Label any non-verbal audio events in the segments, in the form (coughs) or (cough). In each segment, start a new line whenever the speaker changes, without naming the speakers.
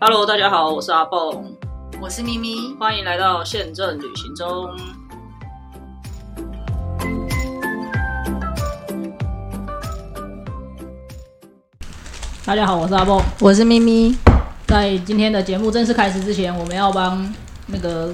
Hello，大家好，我是阿蹦，
我是咪咪，
欢迎来到宪政旅行中。大家好，我是阿蹦。
我是咪咪。
在今天的节目正式开始之前，我们要帮那个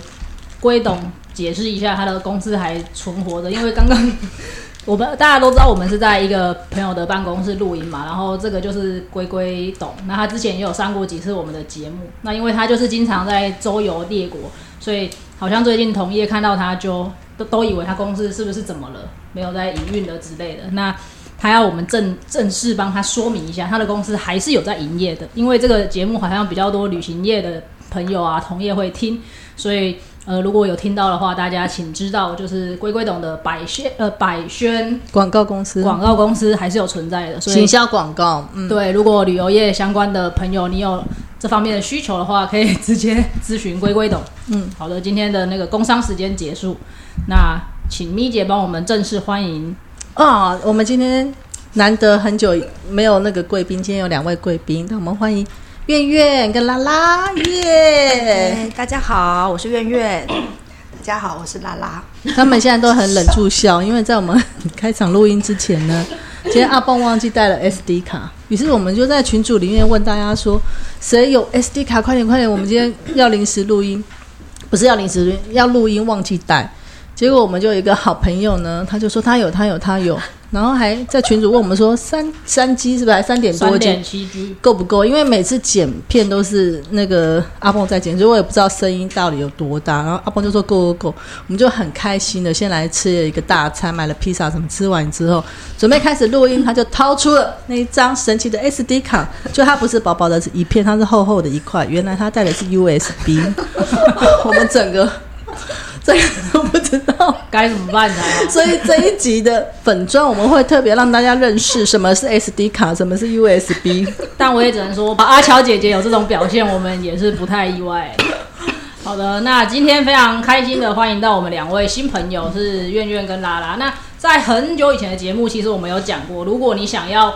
龟董解释一下他的公司还存活着，因为刚刚 (laughs) 我们大家都知道，我们是在一个朋友的办公室录音嘛，然后这个就是龟龟董，那他之前也有上过几次我们的节目，那因为他就是经常在周游列国，所以好像最近同业看到他就都都以为他公司是不是怎么了，没有在营运了之类的，那。他要我们正正式帮他说明一下，他的公司还是有在营业的，因为这个节目好像比较多旅行业的朋友啊、同业会听，所以呃，如果有听到的话，大家请知道，就是龟龟董的百轩呃百轩
广告公司
广告公司还是有存在的，所以
行销广告，嗯，
对，如果旅游业相关的朋友，你有这方面的需求的话，可以直接咨询龟龟董。
嗯，
好的，今天的那个工商时间结束，那请咪姐帮我们正式欢迎
啊，我们今天难得很久没有那个贵宾，今天有两位贵宾，那我们欢迎苑苑跟拉拉耶。
哎，大家好，我是苑苑。 (coughs) 大家好，我是拉拉。
他们现在都很忍住笑，因为在我们开场录音之前呢，今天阿蹦忘记带了 SD 卡，于是我们就在群组里面问大家说，谁有 SD 卡？快点快点，我们今天要临时录音，不是要临时录音要录音忘记带。结果我们就有一个好朋友呢，他就说他有他有他有，然后还在群主问我们说三三 G 是不是还三点多
三
G
点七 G。
够不够？因为每次剪片都是那个阿蹦在剪，所以我也不知道声音到底有多大。然后阿蹦就说够够够，我们就很开心的先来吃了一个大餐，买了披萨什么。吃完之后，准备开始录音，他就掏出了那一张神奇的 SD 卡，就它不是薄薄的一片，它是厚厚的一块，原来它带的是 USB。我们整个这个都不知道。
该怎么办才好？
所以这一集的粉砖，我们会特别让大家认识什么是 SD 卡，什么是 USB。
但我也只能说，阿乔姐姐有这种表现，我们也是不太意外。好的，那今天非常开心的欢迎到我们两位新朋友，是苑苑跟拉拉。那在很久以前的节目，其实我们有讲过，如果你想要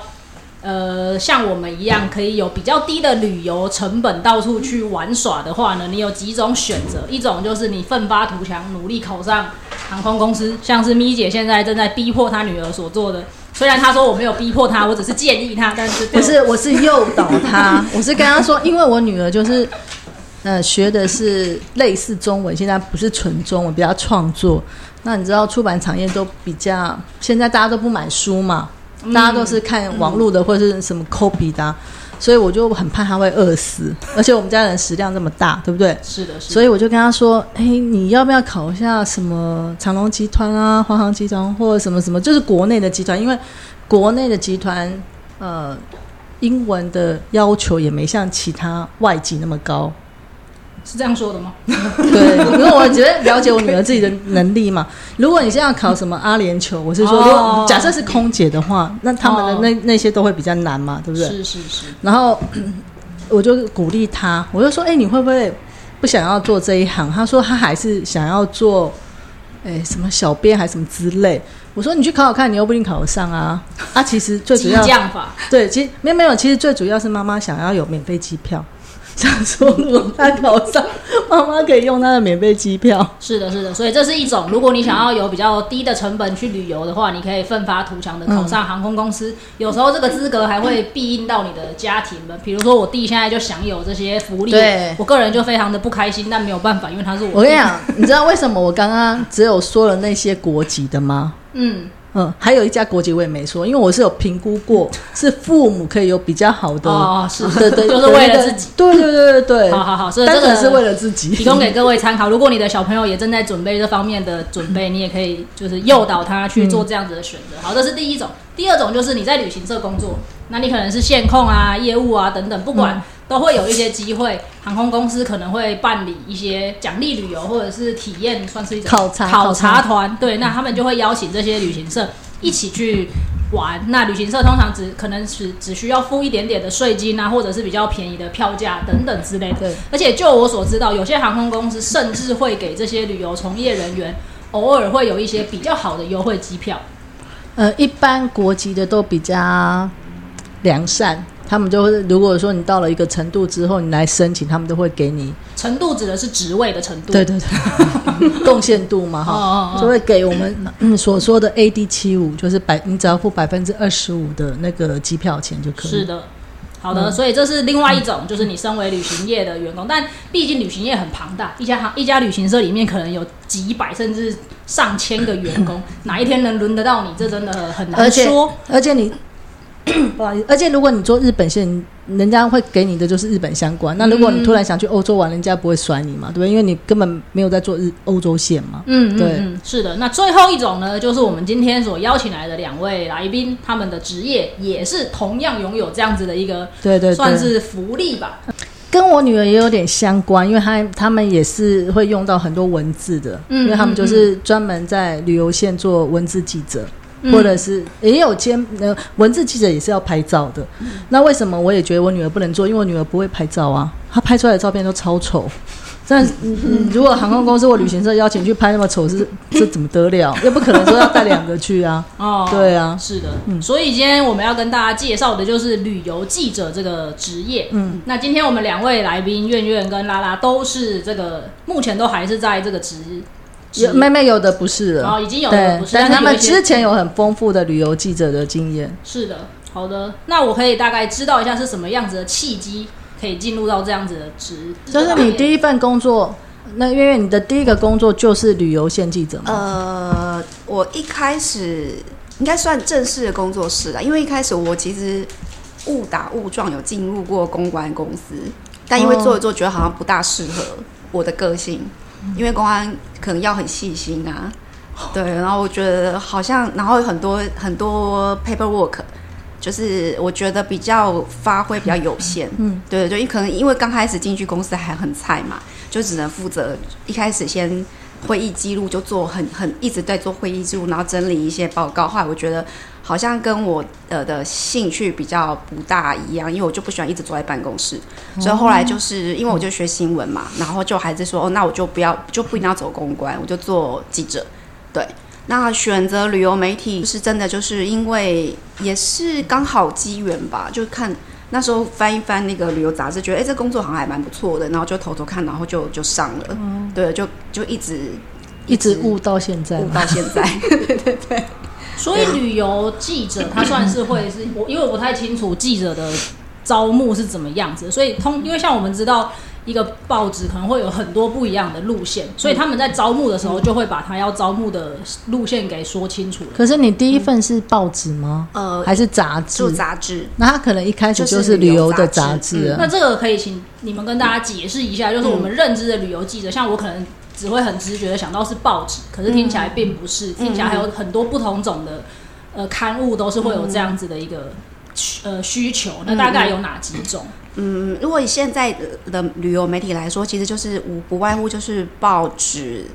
呃像我们一样可以有比较低的旅游成本到处去玩耍的话呢，你有几种选择，一种就是你奋发图强，努力考上航空公司，像是咪姐现在正在逼迫她女儿所做的。虽然她说我没有逼迫她，我只是建议她，但是对
不是，我是诱导他，我是跟他说，因为我女儿就是，呃，学的是类似中文，现在不是纯中文，比较创作。那你知道出版产业都比较，现在大家都不买书嘛，大家都是看网络的、或者是什么 copy 的啊、所以我就很怕他会饿死，而且我们家人食量这么大，对不对？
是的，是的。
所以我就跟他说：“哎，你要不要考一下什么长隆集团啊、华航集团或者什么什么，就是国内的集团？因为国内的集团，呃，英文的要求也没像其他外籍那么高。
是这样说的吗？
对，因为我觉得了解我女儿自己的能力嘛。如果你现在要考什么阿联酋，我是说，如
哦
果假设是空姐的话，那他们的那那些都会比较难嘛，对不对？
是是是，
然后 (clears throat) 我就鼓励他，我就说：“哎、你会不会不想要做这一行？”他说：“他还是想要做，哎、什么小编还是什么之类。”我说：“你去考考看，你又不一定考得上啊。” (laughs) 啊，其实最主
激
要
将法，
对，其实没有没有，其实最主要是妈妈想要有免费机票， (laughs) 想说如果他考上， (laughs) 妈妈可以用他的免费机票。
是的，是的。所以这是一种，如果你想要有比较低的成本去旅游的话，你可以奋发图强的
嗯
考上航空公司。有时候这个资格还会必应到你的家庭们，比如说我弟现在就享有这些福利
对，
我个人就非常的不开心，但没有办法，因为他是我。
我跟你，讲，你知道为什么我刚刚只有说了那些国籍的吗？
嗯，
嗯，还有一家国籍我也没说，因为我是有评估
(laughs)
过，是父母可以有比较好 (laughs) 的，
哦，是
对对，
(laughs) 就是为了自己。
己，对对对对对，
好好好，所以这
单
个
纯是为了自己，
提供
(laughs)
给各位参考。如果你的小朋友也正在准备这方面的准备，你也可以就是诱导他去做这样子的选
嗯
择。好，这是第一种。第二种就是你在旅行社工作，那你可能是线控啊、业务啊等等，不管、
嗯
都会有一些机会。航空公司可能会办理一些奖励旅游或者是体验，算是一种
考察
考
考察
察团。对，那他们就会邀请这些旅行社一起去。玩那旅行社通常只可能只只需要付一点点的税金啊，或者是比较便宜的票价等等之类的。
对
而且就我所知道，有些航空公司甚至会给这些旅游从业人员偶尔会有一些比较好的优惠机票。
呃，一般国籍的都比较良善，他们就会如果说你到了一个程度之后，你来申请，他们都会给你
程度指的是职位的程度。
对对对 (laughs) 贡献度嘛
哦
哈，
哦
就
哦，
会给我们嗯所说的 AD 七五，就是百你只要付百分之二十五的那个机票钱就可以。嗯
是的。好的，所以这是另外一种，就是你身为旅行业的员工，但毕竟旅行业很庞大，一家行一家旅行社里面可能有几百甚至上千个员
(laughs)
工，哪一天能轮得到你，这真的很
而
难
且
说。
而且你不好意思，而且如果你做日本线，人家会给你的就是日本相关。那如果你
嗯
突然想去欧洲玩，人家不会甩你嘛，对不对？因为你根本没有在做日欧洲线嘛。
嗯，
对
嗯嗯，是的。那最后一种呢，就是我们今天所邀请来的两位来宾，他们的职业也是同样拥有这样子的一个
对对对，
算是福利吧。
跟我女儿也有点相关，因为她他们也是会用到很多文字的，
嗯
因为他们
嗯
就是专门在旅游线做文字记者。
嗯
或者是也有兼呃文字记者也是要拍照的，
嗯
那为什么我也觉得我女儿不能做？因为我女儿不会拍照啊，她拍出来的照片都超丑。但嗯嗯如果航空公司或旅行社邀请去拍那么丑，是这怎么得了？又不可能说要带两个去啊。
(laughs) 哦，
对啊
是的，所以今天我们要跟大家介绍的就是旅游记者这个职业。嗯，那今天我们两位来宾苑苑跟拉拉都是这个，目前都还是在这个职，职
有妹妹有的不是
然后
了，
哦已经有了，
对
不，是，
但
是
他们
有一些
之前有很丰富的旅游记者的经验。
是的，好的，那我可以大概知道一下是什么样子的契机可以进入到这样子的职，
(laughs) 就是你第
一
一份工作，那月月你的第一个工作就是旅游线记者嘛？
呃，我一开始应该算正式的工作室了，因为一开始我其实误打误撞有进入过公关公司，但因为做一做觉得好像不大适合我的个性，因为公安可能要很细心啊，对，然后我觉得好像，然后有很多很多 paperwork。就是我觉得比较发挥比较有限，嗯，对对，就可能因为刚开始进去公司还很菜嘛，就只能负责一开始先会议记录就做很很一直在做会议记录，然后整理一些报告。后来我觉得好像跟我呃的兴趣比较不大一样，因为我就不喜欢一直坐在办公室，
哦
所以后来就是因为我就学新闻嘛，然后就还是说哦，那我就不要就不一定要走公关，我就做记者，对。那选择旅游媒体是真的，就是因为也是刚好机缘吧，就看那时候翻一翻那个旅游杂志，觉得哎、这工作好像还蛮不错的，然后就偷偷看，然后就就上了，
哦
对，就就一直
一直误到现在
误
嘛？
到现
(laughs)
在。
所以旅游记者他算是会是我，因为我不太清楚记者的招募是怎么样子，所以通因为像我们知道一个报纸可能会有很多不一样的路线，所以他们在招募的时候就会把他要招募的路线给说清楚了。
可是你第一份是报纸吗？
呃，
还是杂
做
志？
杂志，
那他可能一开始
就是
是
旅
旅
游
游的
杂
杂
志
志啊，
嗯那这个可以请你们跟大家解释一下，就是我们认知的旅游记者，像我可能只会很直觉的想到是报纸，可是听起来并不是，听起来还有很多不同种的呃刊物都是会有这样子的一个需呃需求。那大概有哪几种？
嗯，如果以现在的旅游媒体来说，其实就是无不外乎就是报纸，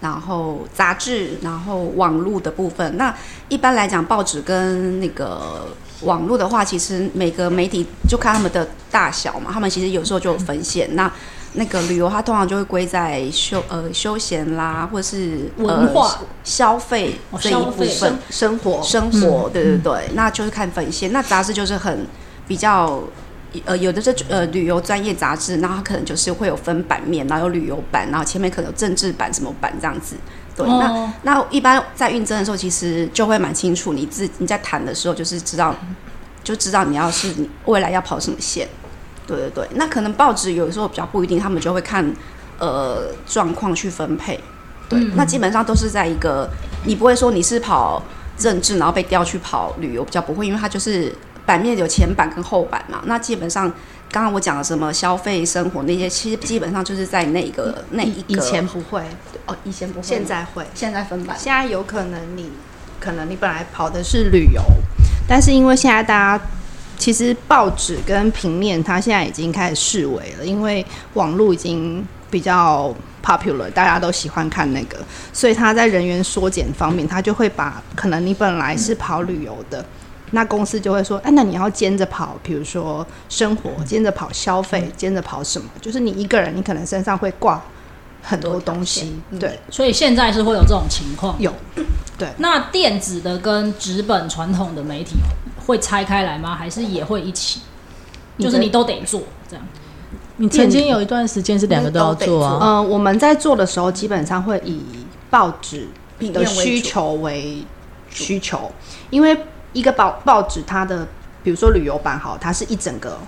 然后杂志，然后网络的部分。那一般来讲，报纸跟那个网络的话，其实每个媒体就看他们的大小嘛，他们其实有时候就有分线。那那个旅游，它通常就会归在休呃休闲啦，或是
文化
呃、消费
哦
这一
消
部
费
分。
生活
生活，
嗯
对对对，那就是看分线。那杂志就是很比较，呃，有的是呃旅游专业杂志，然后它可能就是会有分版面，然后有旅游版，然后前面可能有政治版什么版这样子。对，那
哦
那一般在运征的时候，其实就会蛮清楚，你自你在谈的时候就是知道，就知道你要是你未来要跑什么线。对对对，那可能报纸有时候比较不一定，他们就会看呃状况去分配。对，
嗯
那基本上都是在一个，你不会说你是跑政治，然后被调去跑旅游，比较不会，因为它就是版面有前版跟后版嘛。那基本上刚刚我讲的什么消费、生活那些，其实基本上就是在那一个那一个
以前不会，
哦，以前不会，
现在会。
现在分版
现在有可能你可能你本来跑的是旅游，但是因为现在大家其实报纸跟平面它现在已经开始式微了，因为网络已经比较 popular，大家都喜欢看那个，所以它在人员缩减方面，它就会把可能你本来是跑旅游的。那公司就会说，哎、那你要兼着跑，比如说生活，兼着跑消费，
嗯
兼着跑什么？就是你一个人，你可能身上会挂很多东西，对，
所以现在是 (clears throat) 会有这种情况。
有。
那电子的跟纸本传统的媒体会拆开来吗？还是也会一起？
你
就
的
是你都得做这样。
你曾经有一段时间是两个都要做
哦
啊，
呃，我们在做的时候，基本上会以报纸
平面
的
为主
需求为需求，因为一个报报纸它的，比如说旅游版好，它是一整个。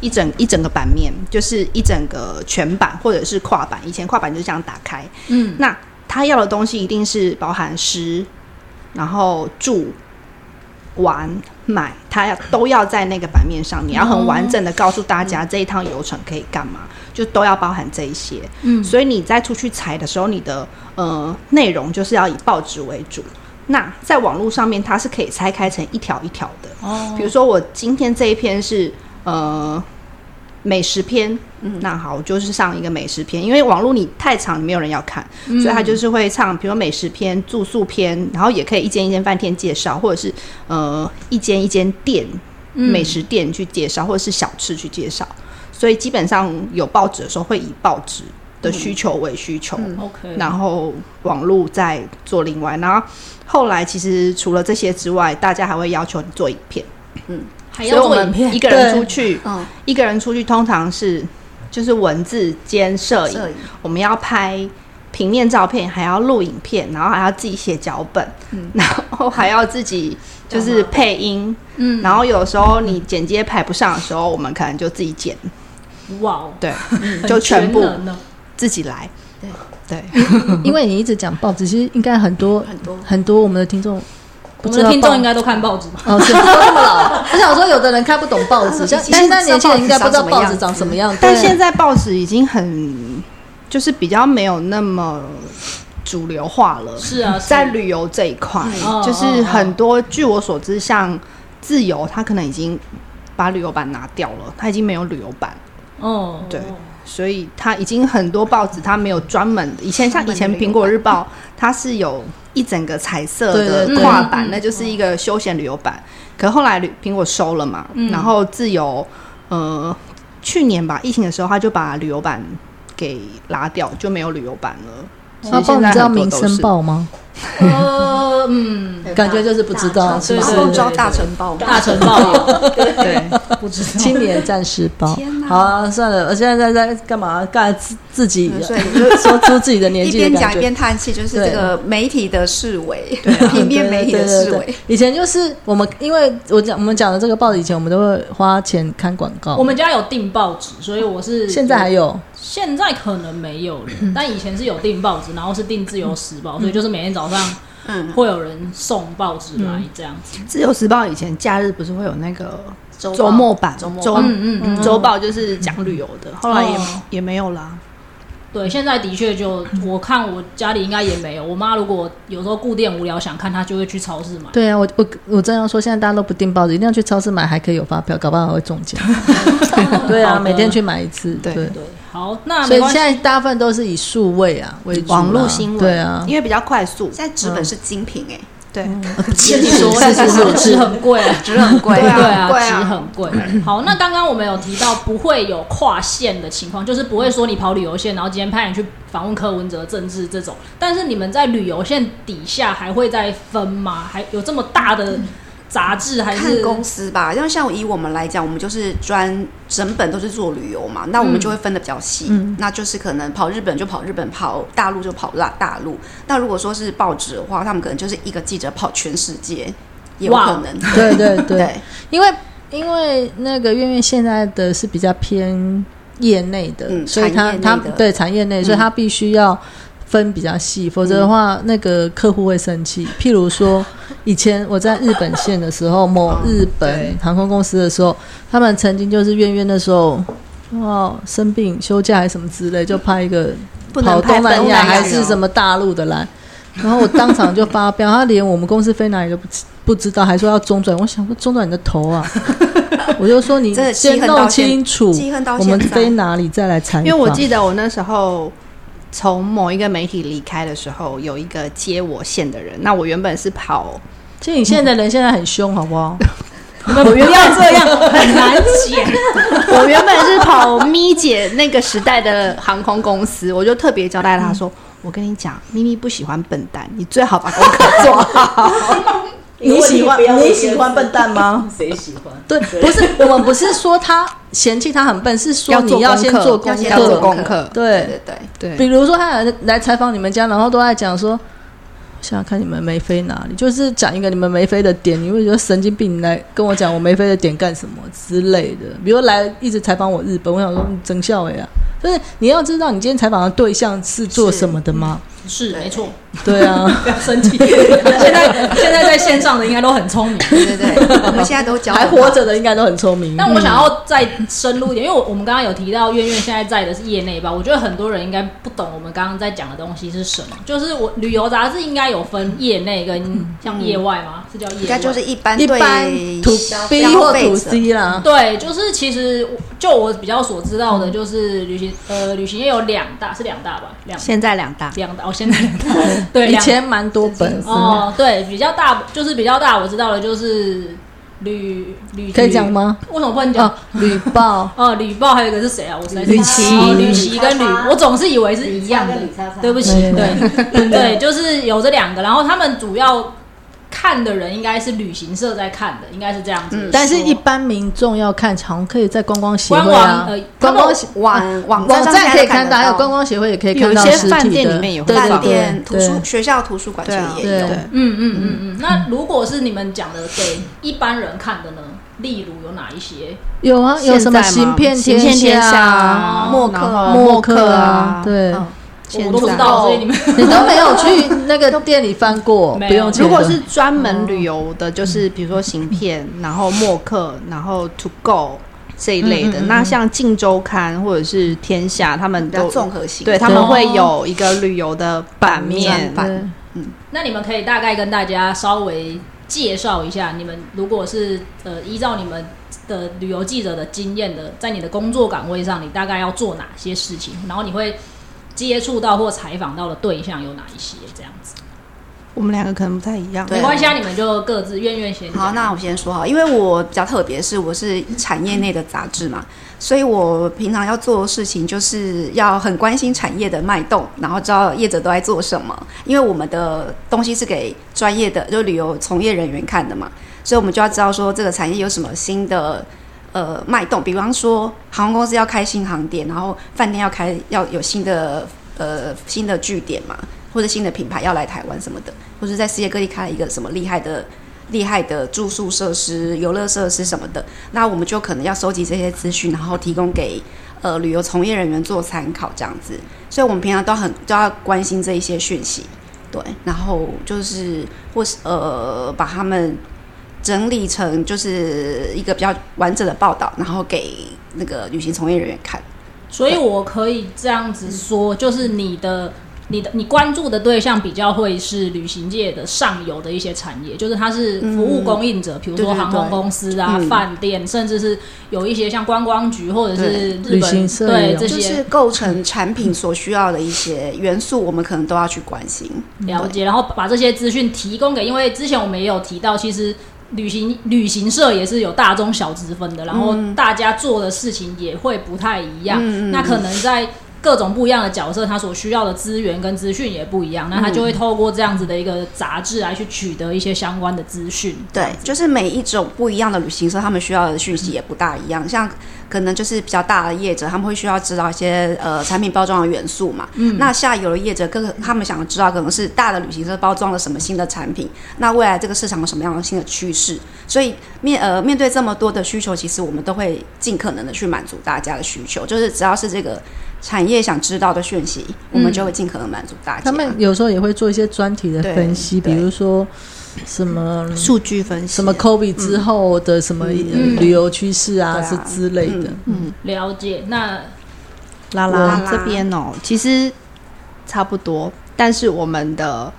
一整一整个版面就是一整个全版或者是跨版，以前跨版就是这样打开。
嗯，
那他要的东西一定是包含食，然后住、玩、买，他要都要在那个版面上。你要很
哦
完整的告诉大家这一趟游程可以干嘛，就都要包含这一些。
嗯
所以你在出去采的时候，你的呃内容就是要以报纸为主。那在网络上面，它是可以拆开成一条一条的。
哦
比如说我今天这一篇是呃美食篇，那好，我就是上一个美食篇，因为网络你太长，你没有人要看，所以它就是会唱，比如美食篇、住宿篇，然后也可以一间一间饭店介绍，或者是呃一间一间店、美食店去介绍，或者是小吃去介绍。所以基本上有报纸的时候，会以报纸的需求为需求。
OK，
然后网络再做另外，然后后来其实除了这些之外，大家还会要求你做影片，
还
所以
要
我
做影
们
片
一个人出去，
嗯，
一个人出去通常是就是文字兼摄影，
摄影
我们要拍平面照片，还要录影片，然后还要自己写脚本，然后还要自己就是配音，
嗯
然后有时候你剪接排不上的时候，我们可能就自己剪，
哇哦，
对，
很
就全部
能呢
自己来，对
嗯因为你一直讲报纸，其实应该很多
很多
很多我们的听众不
我们
知道报，
的听众应该都看报纸吧？
哦，是都那么老。 (laughs) 我想说，有的人看不懂报纸，像
其实
但是那
知道
年轻人应该不知道
报
报纸
纸长
长
什
什
么
么样。
但现
在
在报纸已经很，就是比较没有那么主流化了。
是啊，是
在旅游这一块，
嗯
就是很多，据我所知，像自由，它可能已经把旅游版拿掉了，它已经没有旅游版，
哦，
对所以它已经很多报纸它没有专门的。以前像以前苹果日报，它是有一整个彩色
对
的
对对
跨版
嗯，
那就是一个休闲旅游版。可后来旅苹果收了嘛，
嗯
然后自由，呃，去年吧，疫情的时候，它就把旅游版给拉掉，就没有旅游版了。其实
那啊报
现在
你知道
很多
民
都
生
是
报吗？
呃，嗯，
感觉就是不知道，是
对
不
对
是
对
后招大城包，
大成报
(laughs)
有，
对。
不知道
青年战士包
天哪？
好啊，算了，我现在在在干嘛？干自自己 (laughs)
啊
嗯所以你
(laughs)
就
说出自己的年
一
纪
边
的
讲
感
一
觉。
边叹气，就是
对
这个媒体的视维，
对
(laughs)
平面媒体的
(laughs) 对对
视
对
维，
以前就是我们，因为我讲我们讲的这个报纸，以前我们都会花钱看广告。
我们家有订报纸，所以我是
现在还嗯有，
现在可能没有了，但以前是有订报纸，然后是订《自由时
嗯
报》，所以就是每天早上
嗯，
会有人送报纸
嗯
来这样子。
(laughs) 自由时报以前假日不是会有那个
周
周末版，
周末
周
版
嗯嗯嗯
周报就是讲旅游的，后来也
哦
也没有啦。
对，现在的确就我看我家里应该也没有。我妈如果有时候固定无聊想看，她就会去超市买。
对啊，我我我正要说，现在大家都不订报纸，一定要去超市买，还可以有发票，搞不好还会中奖。
(laughs)
(laughs) 对
好
啊，
的
每天去买一次。对，
对
对，好，
啊
那
所
没
以
关
现
系。
在大部分都是以数位啊为主啦，
网络新闻
对啊，
因为比较快速，
现在纸本是精品哎，
对，
其
你说
是是是
纸很贵啊，
纸很贵，
对
啊贵啊
纸很 (clears throat) 贵。好，那刚刚我们有提到不会有跨线的情况，就是不会说你跑旅游线，然后今天派你去访问柯文哲政治这种。但是你们在旅游线底下还会再分吗？还有这么大的杂志还
看
是？
公司吧，像像以我们来讲，我们就是专整本都是做旅游嘛，那我们
嗯
就会分的比较细，那就是可能跑日本就跑日本，跑大陆就跑大大陆。那如果说是报纸的话，他们可能就是一个记者跑全世界，也有
哇
可能。 (laughs)
对对对，
对，
因为因为那个月月现在的是比较偏业内的，
嗯
所以他
产业内
他
的嗯
对产业内，所以他必须要分比较细，否则的话，那个客户会生
(laughs)
气。譬如说，以前我在日本线的时候，某日本
哦
对
航空公司的时候，他们曾经就是月月那时候。哇，生病休假还是什么之类，就派一个
不
跑
能拍
东南
东
亚
南亚
还是什么大陆的来，然后我当场就发飙， (laughs) 他连我们公司飞哪里都不知不知道，还说要中转，我想说中转你的头啊，我就说你
真的记
先
恨到
弄
现
清楚
记恨到
我
现
们
在
飞哪里再来采访，
因为我记得我那时候从某一个媒体离开的时候，有一个接我线的人，那我原本是
(laughs)
跑，
其实你现在人现在很凶，好不好？
你们不要这样，很难解。
我原本是跑咪姐那个时代的航空公司，我就特别交代
嗯
她说。我跟你讲，咪咪不喜欢笨蛋，你最好把功课做好。
你喜欢
因为不要
你喜欢笨蛋吗？
谁喜欢？
对，不是我们不是说他嫌弃他很笨，是说你 (laughs) 要先做功
要先
课。
要
做
做
功
功课，
对
对，
对对，
比
对，
如说他来来采访你们家，然后都在讲说，想想看你们没飞哪里，就是讲一个你们没飞的点，你会觉得神经病，你来跟我讲我没飞的点干什么之类的。比如来一直采访我日本，我想说你真笑哎啊，就是你要知道你今天采访的对象是做什么的吗？
是没错，
对啊，
(laughs) 不要生气。现在现在在线上的应该都很聪明，
对对对，我们现在都教
还活着的应该都很聪明。
但我想要再深入一点，因为我我们刚刚有提到苑苑现在在的是业内吧，我觉得很多人应该不懂我们刚刚在讲的东西是什么。就是我旅游杂志应该有分业内跟像业外吗？是叫业外？
应该就是一般
一般
对
to
消
B
消
或
费
to
者
C 啦，
对，就是其实我就我比较所知道
嗯
的，就是旅行呃旅行业有两大是两大吧，两
现在两大，
两大哦，现在两大
(laughs)
对
以
两
前蛮多本嗯是 (laughs) 吗？
哦对比较大就是比较大我知道的就是旅旅
可以讲？吗？
旅为什么不能讲
哦？，旅报。
哦，旅报还有一个是谁啊？我实在是
吕琦
哦吕琦跟吕
吕叉，叉
我总是以为是一样的
吕叉跟吕叉。叉
对不起，对对，就是有这两个，然后他们主要看的人应该是旅行社在看的，应该 (laughs) 是这样
嗯
子。
但是，一般民众要看，好像可以在观光协
官
会
网
啊
呃，
观光协
网网
网
站上
站可以
现在
看
都
到，还有
到
观光协会也可以看
有
到
一些
实体
饭店
的
里面也会
对
放
对
饭
对
店、图
对
书学校图书馆其
对啊
实也有
对。
嗯嗯嗯嗯。那如果是你们讲的给一般人看的呢？例如有哪一些？
有啊，有什么行骗
行骗
天
下
啊、
啊、
默克啊
默
克
克啊，对，
嗯
我都不知
现在
哦
道，所以你们
你都没有去那
(laughs)
个店里翻过，
没有
不用钱
如
的
果是专门旅游的，就是比如说行骗，然后默克，然后 To Go 这一类的。
嗯嗯嗯
那像《镜周刊》或者是《天下》，他们
比较
都
综合性，
对他们会有一个旅游的版面
专。
啊
版
对
那你们可以大概跟大家稍微介绍一下，你们如果是呃依照你们的旅游记者的经验的，在你的工作岗位上，你大概要做哪些事情，然后你会接触到或采访到的对象有哪一些？这样子
我们两个可能不太一样，
对
没关系啊，你们就各自愿愿先讲
好，那我先说好，因为我比较特别，是我是产业内的杂志嘛，所以我平常要做的事情就是要很关心产业的脉动，然后知道业者都在做什么。因为我们的东西是给专业的，就旅游从业人员看的嘛，所以我们就要知道说这个产业有什么新的。呃，脉动，比方说航空公司要开新航点，然后饭店要开要有新的呃新的据点嘛，或者新的品牌要来台湾什么的，或者在世界各地开了一个什么厉害的厉害的住宿设施、游乐设施什么的，那我们就可能要收集这些资讯，然后提供给呃旅游从业人员做参考这样子。所以我们平常都很都要关心这一些讯息，对，然后就是或是呃把他们整理成就是一个比较完整的报道，然后给那个旅行从业人员看。
所以我可以这样子说，就是你的、你的、你关注的对象比较会是旅行界的上游的一些产业，就是它是服务供应者，比如说
对对对
航空公司啊、
嗯
饭店，甚至是有一些像观光局或者是日
旅
本
行社也
对
有
这
就
些
是构成产品所需要的一些元素，我们可能都要去关心。
嗯
了解，然后把这些资讯提供给，因为之前我们也有提到，其实旅行旅行社也是有大中小之分的，然后
嗯
大家做的事情也会不太一样，那可能在。各种不一样的角色，他所需要的资源跟资讯也不一样，那
嗯
他就会透过这样子的一个杂志来去取得一些相关的资讯。
对，就是每一种不一样的旅行社，他们需要的讯息也不大一样。像可能就是比较大的业者，他们会需要知道一些呃产品包装的元素嘛。嗯，那下游的业者更他们想要知道可能是大的旅行社包装了什么新的产品，那未来这个市场有什么样的新的趋势。所以面呃面对这么多的需求，其实我们都会尽可能的去满足大家的需求，就是只要是这个产业想知道的讯息，我们就会尽可能满足大家。
他们有时候也会做一些专题的
对
分析，比
对
如说什么
数据分析
什么 COVID 之后的什么
嗯
呃旅游趋势啊，
嗯
对啊
是之类的。
了解，那
拉
拉
啊
拉这边哦，其实差不多，但是我们的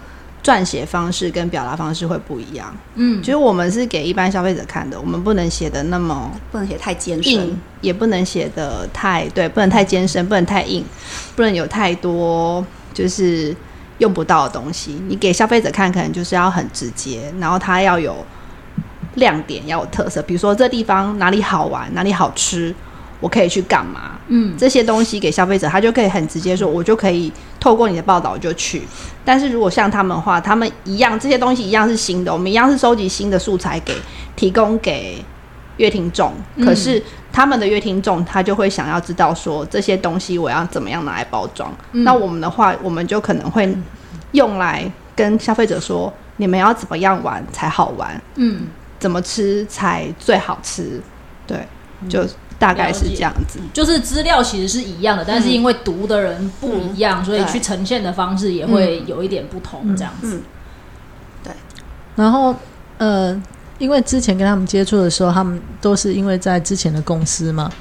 撰写方式跟表达方式会不一样。
嗯
就是我们是给一般消费者看的，我们不能写的那么
不能写太艰深
硬。，也不能写的太对，不能太艰深，不能太硬，不能有太多就是用不到的东西。你给消费者看，可能就是要很直接，然后它要有亮点，要有特色，比如说这地方哪里好玩，哪里好吃，我可以去干嘛。
嗯
这些东西给消费者，他就可以很直接说，我就可以透过你的报道就去。但是如果像他们的话，他们一样这些东西一样是新的，我们一样是收集新的素材给提供给乐听众，
嗯
可是他们的乐听众他就会想要知道说这些东西我要怎么样拿来包装。
嗯
那我们的话，我们就可能会用来跟消费者说，你们要怎么样玩才好玩，
嗯，
怎么吃才最好吃，对，就大概是这样子。
就是资料其实是一样的，
嗯
但是因为读的人不一样，所以
对
去呈现的方式也
嗯
会有一点不同，这样子。
然后呃，因为之前跟他们接触的时候，他们都是因为在之前的公司嘛，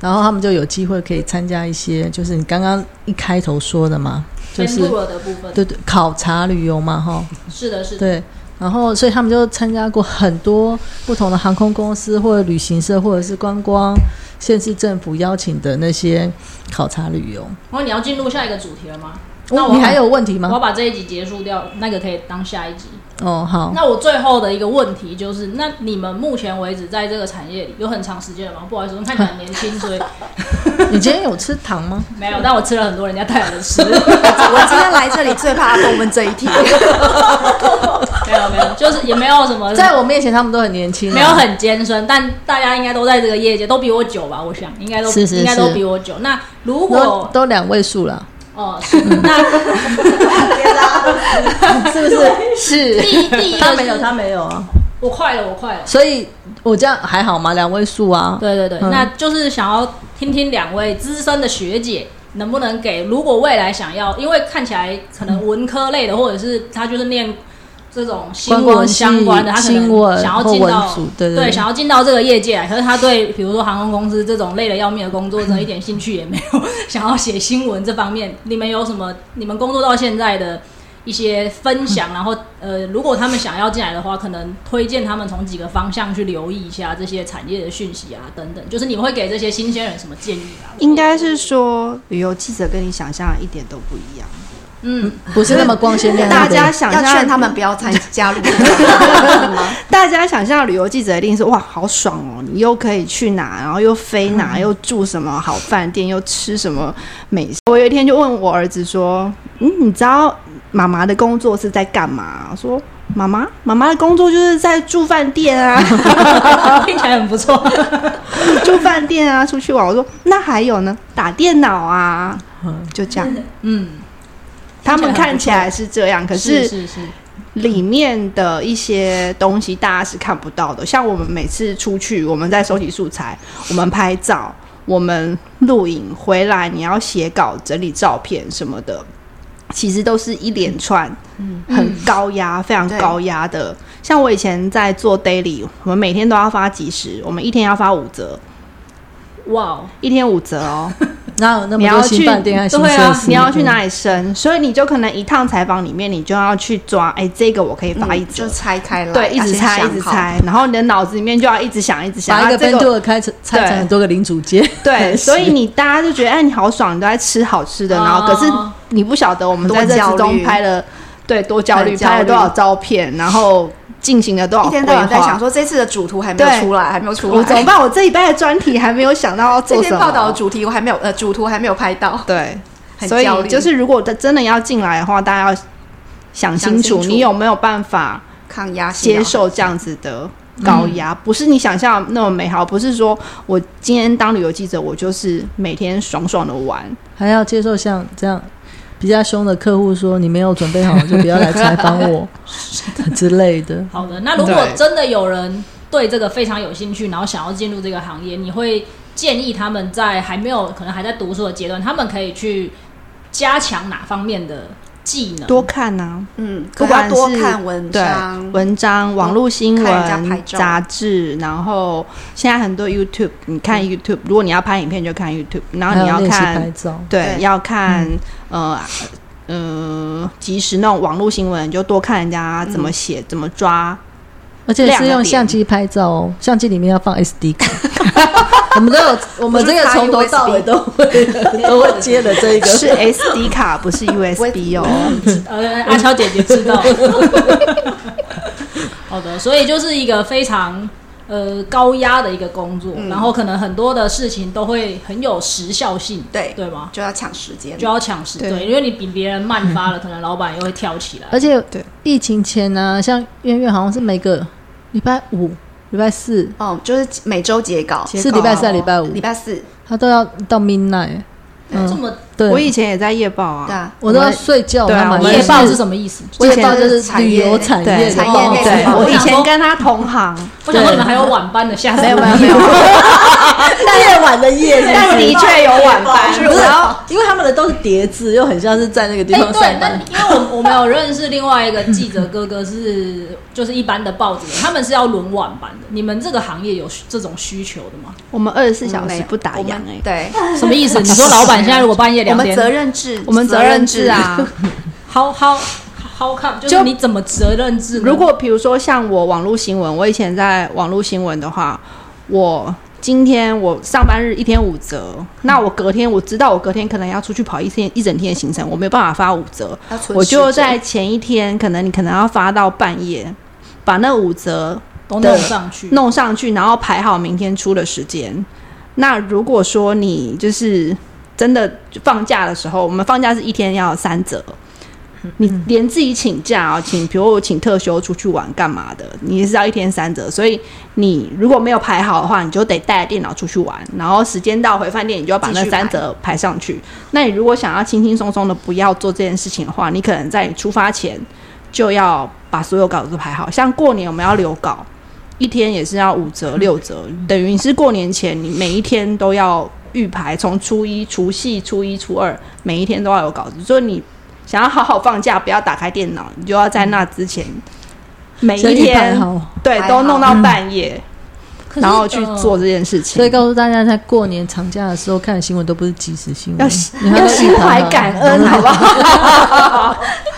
然后他们就有机会可以参加一些，就是你刚刚一开头说的嘛，就
偏
是
弱的部分，
对对考察旅游嘛，哈，
是的，是的，
对。然后，所以他们就参加过很多不同的航空公司或者旅行社，或者是观光县市政府邀请的那些考察旅游。
然后你要进入下一个主题了吗？那
哦
我
你还有问题
我要
吗？
把这一集结束掉，那个可以当下一集。
哦，好，
那我最后的一个问题就是，那你们目前为止在这个产业里有很长时间了吗？不好意思，我看你很年
(laughs)
轻，所以
你今天有吃糖吗？
没有。但我吃了很多人家带来的
(laughs)
食物，
我今天来这里最怕问问这一题，
没有没有，就是也没有什么，
在我面前，他们都很年轻啊、
没有很艰深，但大家应该都在这个业界，都比我久吧？我想应该都
是是
应该都
是
比我久。那如
都
果
都两位数了，
哦，是那
是不是？是
第第一个
他没有，
是
他没有啊。
我快了，我快了。
所以我这样还好吗？两位数啊。
对对对，
嗯
那就是想要听听两位资深的学姐能不能给，如果未来想要，因为看起来可能文科类的，或者是他就是念这种新
观光
闻相关的，
系
他可
新
能
闻
想要
或
进
文
到
组对对
对，
对
想要进到这个业界来，可是他对比如说航空公司这种累得要命的工作，真的一点兴趣也没有，想要写新闻这方面，你们有什么？你们工作到现在的？一些分享，然后呃，如果他们想要进来的话，可能推荐他们从几个方向去留意一下这些产业的讯息啊，等等。就是你们会给这些新鲜人什么建议啊？
应该是说，旅游记者跟你想象的一点都不一样。
嗯，
不是那么光鲜亮丽的。
大家想
要
象
劝他们不要
(laughs)
参加入。
大家想象的旅游记者一定是哇，好爽哦！你又可以去哪，然后又飞哪，
嗯
又住什么好饭店，又吃什么美食。我有一天就问我儿子说：“嗯，你知道妈妈的工作是在干嘛？”我说：“妈妈，妈妈的工作就是在住饭
(laughs)
店啊，
听起来很不错。
住饭店啊，出去玩。”我说：“那还有呢，打电脑啊，就这样。
嗯，”
他们看起来是这样，可
是
是
是是，
里面的一些东西大家是看不到的。像我们每次出去，我们在收集素材，我们拍照，我们录影回来，你要写稿、整理照片什么的，其实都是一连串，很高压、非常
对
高压的。像我以前在做 daily，我们每天都要发几十，我们一天要发五折，
哇哦，
一天五折
(laughs)
哦。
哪有那
你
么
要
多
去
新饭店和新
对
设
啊
施？，
你要去哪里生？所以你就可能一趟采访里面，你就要去抓，哎、这个我可以发一折
嗯就，拆开了，
对，一
要
直
先
猜，一
想
直
好。
猜，然后你的脑子里面就要一直想，一直想。
把一
啊
个
这
b 度的开成拆成很多个零主街？
(laughs)
(laughs)
对，所以
是
你大家就觉得，哎，你好爽，你都在吃好吃的，然后可是
哦
你不晓得我们
多
在这
焦
之中
虑
拍了，对，多焦虑，
很焦
拍了多
虑
少照片，然后进行了多少
一
规
天到
划。
晚在想说这次的主图还没有
对
出来，还没有出
我怎么
来。
办？我这礼拜的专题还没有想到要
这
做什
篇
么。
报道的主题我还没有，呃，主图还没有拍到，
对，
很
所以
焦虑
就是如果真的要进来的话，大家要
想
想清
清
楚，
楚
你有没有办法。
抗压性啊
接受这样子的高
嗯
压，不是你想象那么美好，不是说我今天当旅游记者，我就是每天爽爽的玩，
还要接受像这样比较凶的客户说你没有准备好就不要来采访
(laughs)
我之类的。
好的。那如果
对
真的有人对这个非常有兴趣，然后想要进入这个行业，你会建议他们在还没有可能还在读书的阶段，他们可以去加强哪方面的技能？
多看
啊
呐、
嗯，
不
不管
管是
多看文
对
章，
文章、网络新
看人家拍
闻、
照
杂志，然后现在很多 YouTube，你
嗯
看 YouTube，、如果你要拍影片就看 YouTube，然后
还
你
有
要
练习
看
拍嗯照，
对，
对
要看、呃呃即时那种网络新闻，你就多看人家怎么
嗯
写、怎么抓，
而且
亮
是
的
用
点
相机拍照哦，相机里面要放 SD 卡。
(laughs)
我们都有，我们这个从头到尾都会 (laughs) 都会接的这一个。
是 SD 卡，不是 USB 哦。
呃，阿 (laughs) 乔姐姐知道。好的，所以就是一个非常呃高压的一个工作，然后可能很多的事情都会很有时效性，
对，
对吗？
就要抢时间
就。要抢时
对
对，因为你比别人慢发了，可能老板又会跳起来。
而且
对
疫情前呢、像月月好像是每个礼拜五、礼拜四，
哦，就是每周截稿，啊
截
是礼拜三、
稿
礼拜五
礼，拜四，
他都要到 midnight。
这
嗯，
么
对，
我以前也在夜报
对
啊，
啊，
我都要睡觉，
对啊
我
我
买
们
夜
也
报
是
是什么意思？
夜报就
我以前
是
产
旅
业
游产
对
业的
产业
报
类
纸
呃哦对
的
我
我
以
想
前
说
跟他同行，
我想说你们还有晚班的，吓死我 (laughs) 了！
(laughs)
(laughs)
没有，
夜晚的夜，
但的确有晚班，
不是，因为他们的都是叠字，又很像是在那个地
哎，
方
对，
上
那
班。
因为我我们有认识另外一个记者哥哥是，就是一般的报纸，他们是要轮晚班的。你们这个行业有这种需求的吗？
我们二十四
嗯
小
没
时
有
不打
我
烊
们
哎。
对，
什么意
(laughs)
思？你说老板现在如果半夜
我
两
们责
点
任制，
我们责任制啊，
，how how how come 就是
就
你怎么责任制呢？
如果比如说像我网络新闻，我以前在网络新闻的话，我今天我上班日一天五折，那我隔天我知道我隔天可能要出去跑一天一整天的行程，我没有办法发五折，
要存
我就
时间
在前一天，可能你可能要发到半夜，把那五折
都弄上去，
弄上去，然后排好明天出的时间。那如果说你就是真的放假的时候，我们放假是一天要三折，你连自己请假哦，请比如我请特休出去玩干嘛的，你也是要一天三折。所以你如果没有排好的话，你就得带着电脑出去玩，然后时间到回饭店，你就要把那
继续排
三折排上去。那你如果想要轻轻松松的不要做这件事情的话，你可能在你出发前就要把所有稿子都排好。像过年我们要留稿，一天也是要五折六折，等于你是过年前你每一天都要预排，从初一、除夕、初一、初二，每一天都要有稿子。所以你想要好好放假，不要打开电脑，你就要在那之前每
所
一
以你排
天
好
对
排
都
好
弄到半夜，嗯
可是
然后去
呃
做这件事情
所以。告诉大家，在过年长假的时候看的新闻都不是嗯即时新
要
闻，你还
要
会
心怀
预判
感
吗
恩，啊好不好？
(laughs)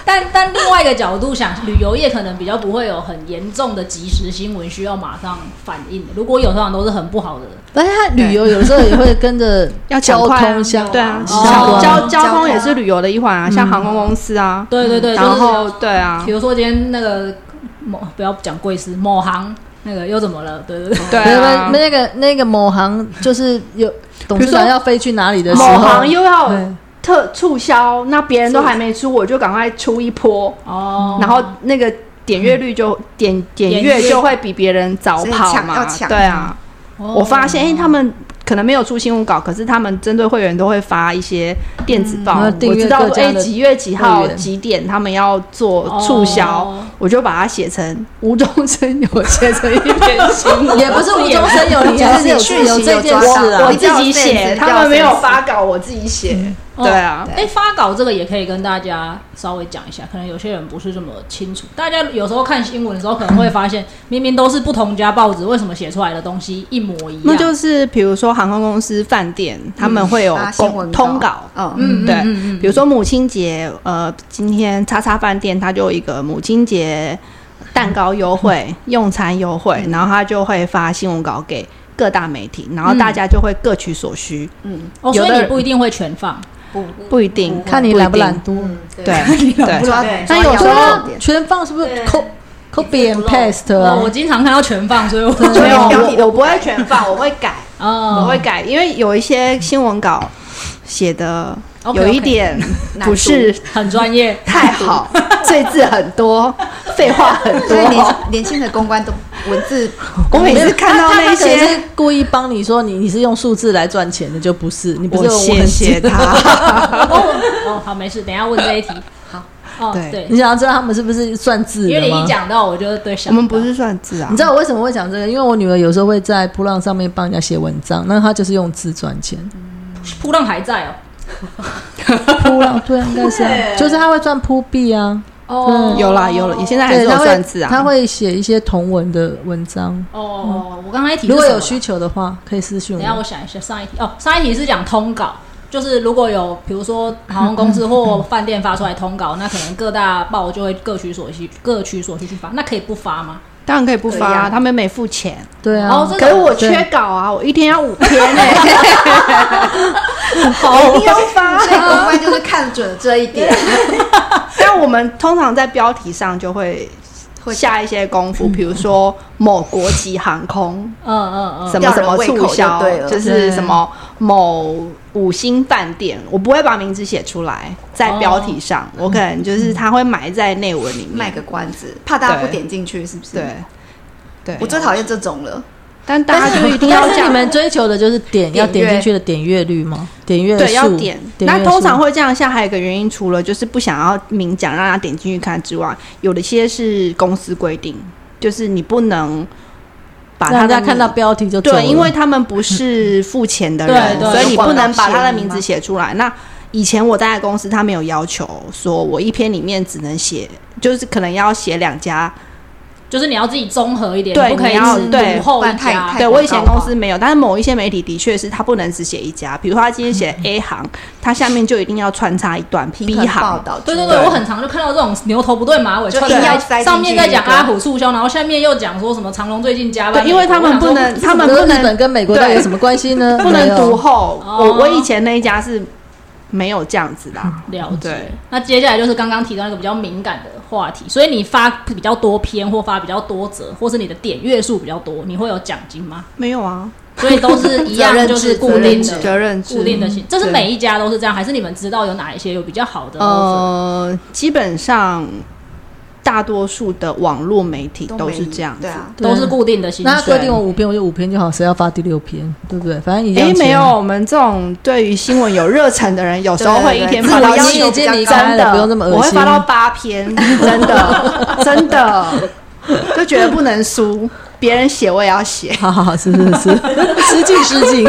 但但另外一个角度想，旅游业可能比较不会有很严重的即时新闻需要马上反应。如果有，通常都是很不好的。
而且他旅游有的时候也会跟着
要抢
交
快啊
通相
对啊，
相
哦
关。
交
交
交通
通
也是旅游的一环啊，像航空公司啊，
对对对，
然
就
后
是
对啊
比，如说今天那个某不要讲贵司某行那个又怎么了？对对对，
对
没有没
啊
有，那个那个某行就是有董事
比如
长
说
要飞去哪里的时候，
某行又要
对
特促销，那别人都还没出，我就赶快出一波，
哦，
然后那个点阅率就点点阅就会比别人早跑嘛
所以抢要，抢
对
哦
啊。我发现，哎、他们可能没有出新闻稿，可是他们针对会员都会发一些电子
嗯
报，
然后订
我
阅
知道
各
说，
家
哎、
的
几月几号
会员
几点他们要做促销，
哦
我就把它写成无中生有，写成一篇新闻。
也不是无中生有，你
就是
还是有
你讯息
有这
有
件
抓
事
到
啊
我
你。
自己写，
掉
他们没有
sense
发稿，我自己写。
哦
对啊，
哎、发稿这个也可以跟大家稍微讲一下，可能有些人不是这么清楚。大家有时候看新闻的时候，可能会发现，明明都是不同家报纸，为什么写出来的东西一模一样？
那就是比如说航空公司、饭店，他们会有
嗯发新
公
闻
通稿，
嗯，
嗯，嗯
对
嗯嗯
比如说母亲节，呃，今天叉叉饭店它就有一个母亲节蛋糕优惠、用餐优惠，然后它就会发新闻稿给各大媒体，然后大家就会各取所需，
嗯
哦，所
有
以
的
你
人
不一定会全放，
不
不一定
看你懒不懒，
一定
惰。嗯
对对，
抓
对
抓
那有时
要
候
重点
全放是不是
对
co- copy and
不漏
paste
哦
啊？
我经常看到全放，所以我
(laughs) 没有
标题
我
都
我不会全放，我会改，我
哦
会改，因为有一些新闻稿写的
OK，OK
有一点不是
很专
(laughs)
业。
太好，赘字很多，废话很
所以
多。
年年轻的公关都文字
我每次看到
他
那
他可能
些，
是故意帮你说你你是用数字来赚钱的，就不是你不
我
是用
谢
文字
谢。他。 (laughs)
哦哦，好，没事，等一下问这一题。
好，
哦
对
对
(laughs) 你，想要知道他们是不是算字
因为
的
你一
吗？
讲到，我就对想
我们不
到
是算字啊
你，知道我为什么会讲这个？因为我女儿有时候会在波浪上面帮人家写文章，那她就是用字赚钱。
扑浪还在哦。
扑浪对啊，应该是
(laughs)
啊，就是她会赚扑币啊，
哦，
嗯有啦有了，你现在还
对，
是有
她
算
会
字啊。
她会写一些同文的文章，
哦，我刚才提
如果
是什
有
么
需求的话可以私信
等一下，
我。
我想一下，上一题哦，上一题是讲通稿，就是如果有比如说航空公司或饭店发出来通稿，那可能各大报就会各取所需，各取所需去发。那可以不发吗？
当然可以不发
可以
啊，
啊
他们没付钱。
对
哦
啊，
这个
可是我缺稿啊，我一天要五篇 (laughs) 呢，我一定要发。 (laughs)
所以公关就是看准这一点，
但我们通常在标题上就会
会
下一些功夫，比如说某国际航空
嗯嗯
什
嗯，
么什么促销
吊人胃口就对，了
就是什么某五星饭店，我不会把名字写出来在标题上，我可能就是它会埋在内文里面。
卖个关子，怕大家不
对
点进去，是不是？
对，对，
我最讨厌这种了。
但大家就一定要
但
这
是你
样。
们追求的就是点要
点
点
阅
进去的点阅率吗？点阅
对，要
数
点。
阅
那通常
数
会这样下，还有一个原因，除了就是不想要明讲让大家点进去看之外，有的些是公司规定，就是你不能把
让
它
大家看到标题就走了
对，因为他们不是付钱的
对
人，
对
所以你不能把
有
他
广告
的
协议
名字
吗
写出来。那以前我待的公司，他们有要求说，我一篇里面只能写，就是可能要写两家。
就是你要自己综合一点，
对
你不可以
你要
只
对
独后
不
一
然太
家
太
对
广
我以前
告
公
化
司没有，但是某一些媒体的确是他不能只写一家，比如说他今天写 A 行，他下面就一定要穿插一段 B
平衡报
嗯行。
道，
对对
对
对，我很常就看到这种牛头不对马尾，
就
穿
硬要
来
塞进去
上面在讲
一个
阿虎促销，然后下面又讲说什么长隆最近加班
对，
美国，
因为他们不
我想
能，
说
他们
这
不
跟日
能
本跟美国到底
对
有什么关系呢？
不
没
能
有啊
独后。
哦
我我以前那一家是没有这样子的啊。
了解
对。
那接下来就是刚刚提到那个比较敏感的话题，所以你发比较多篇或发比较多则，或是你的点阅数比较多，你会有奖金
(laughs)
吗？
没有啊，
所以都是一
责
样，
任制
就是固
责
定
任
的
制、
责任制
固定的薪。这是
对
每一家都是这样，还是你们知道有哪一些有比较好的 offer？
哦
呃，基本上大多数的网络媒体
都
都
没
是这样子。
对啊，
都是固定的薪
那他规
水
定我。五篇，我就五篇就好，谁要发第六篇，对不对？反正一样
哎，
钱。
没有，我们这种对于新闻有热忱的人，有时候会一
对对
天
对
(laughs)
自
发到
我
我
要
已经已
求比较
经离
高
开
真
了，
的
不用这么恶心。
我会发到八篇，真的，真的，就觉得不能输，别人写我也
(laughs)
要写。
(laughs) 好好好，是是
(laughs)
是，失敬失敬。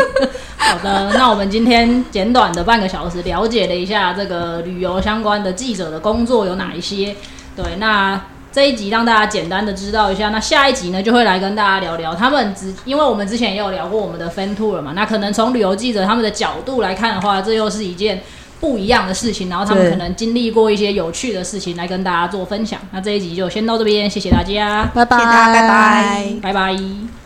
好的，那我们今天简短的半个小时了解了一下这个旅游相关的记者的工作有哪一些。对，那这一集让大家简单的知道一下，那下一集呢就会来跟大家聊聊他们之，因为我们之前也有聊过我们的 fan tour 嘛，那可能从旅游记者他们的角度来看的话，这又是一件。不一样的事情，然后他们
对
可能经历过一些有趣的事情来跟大家做分享。那这一集就先到这边，谢谢大家，
拜拜，
谢谢大家拜
拜
拜
拜。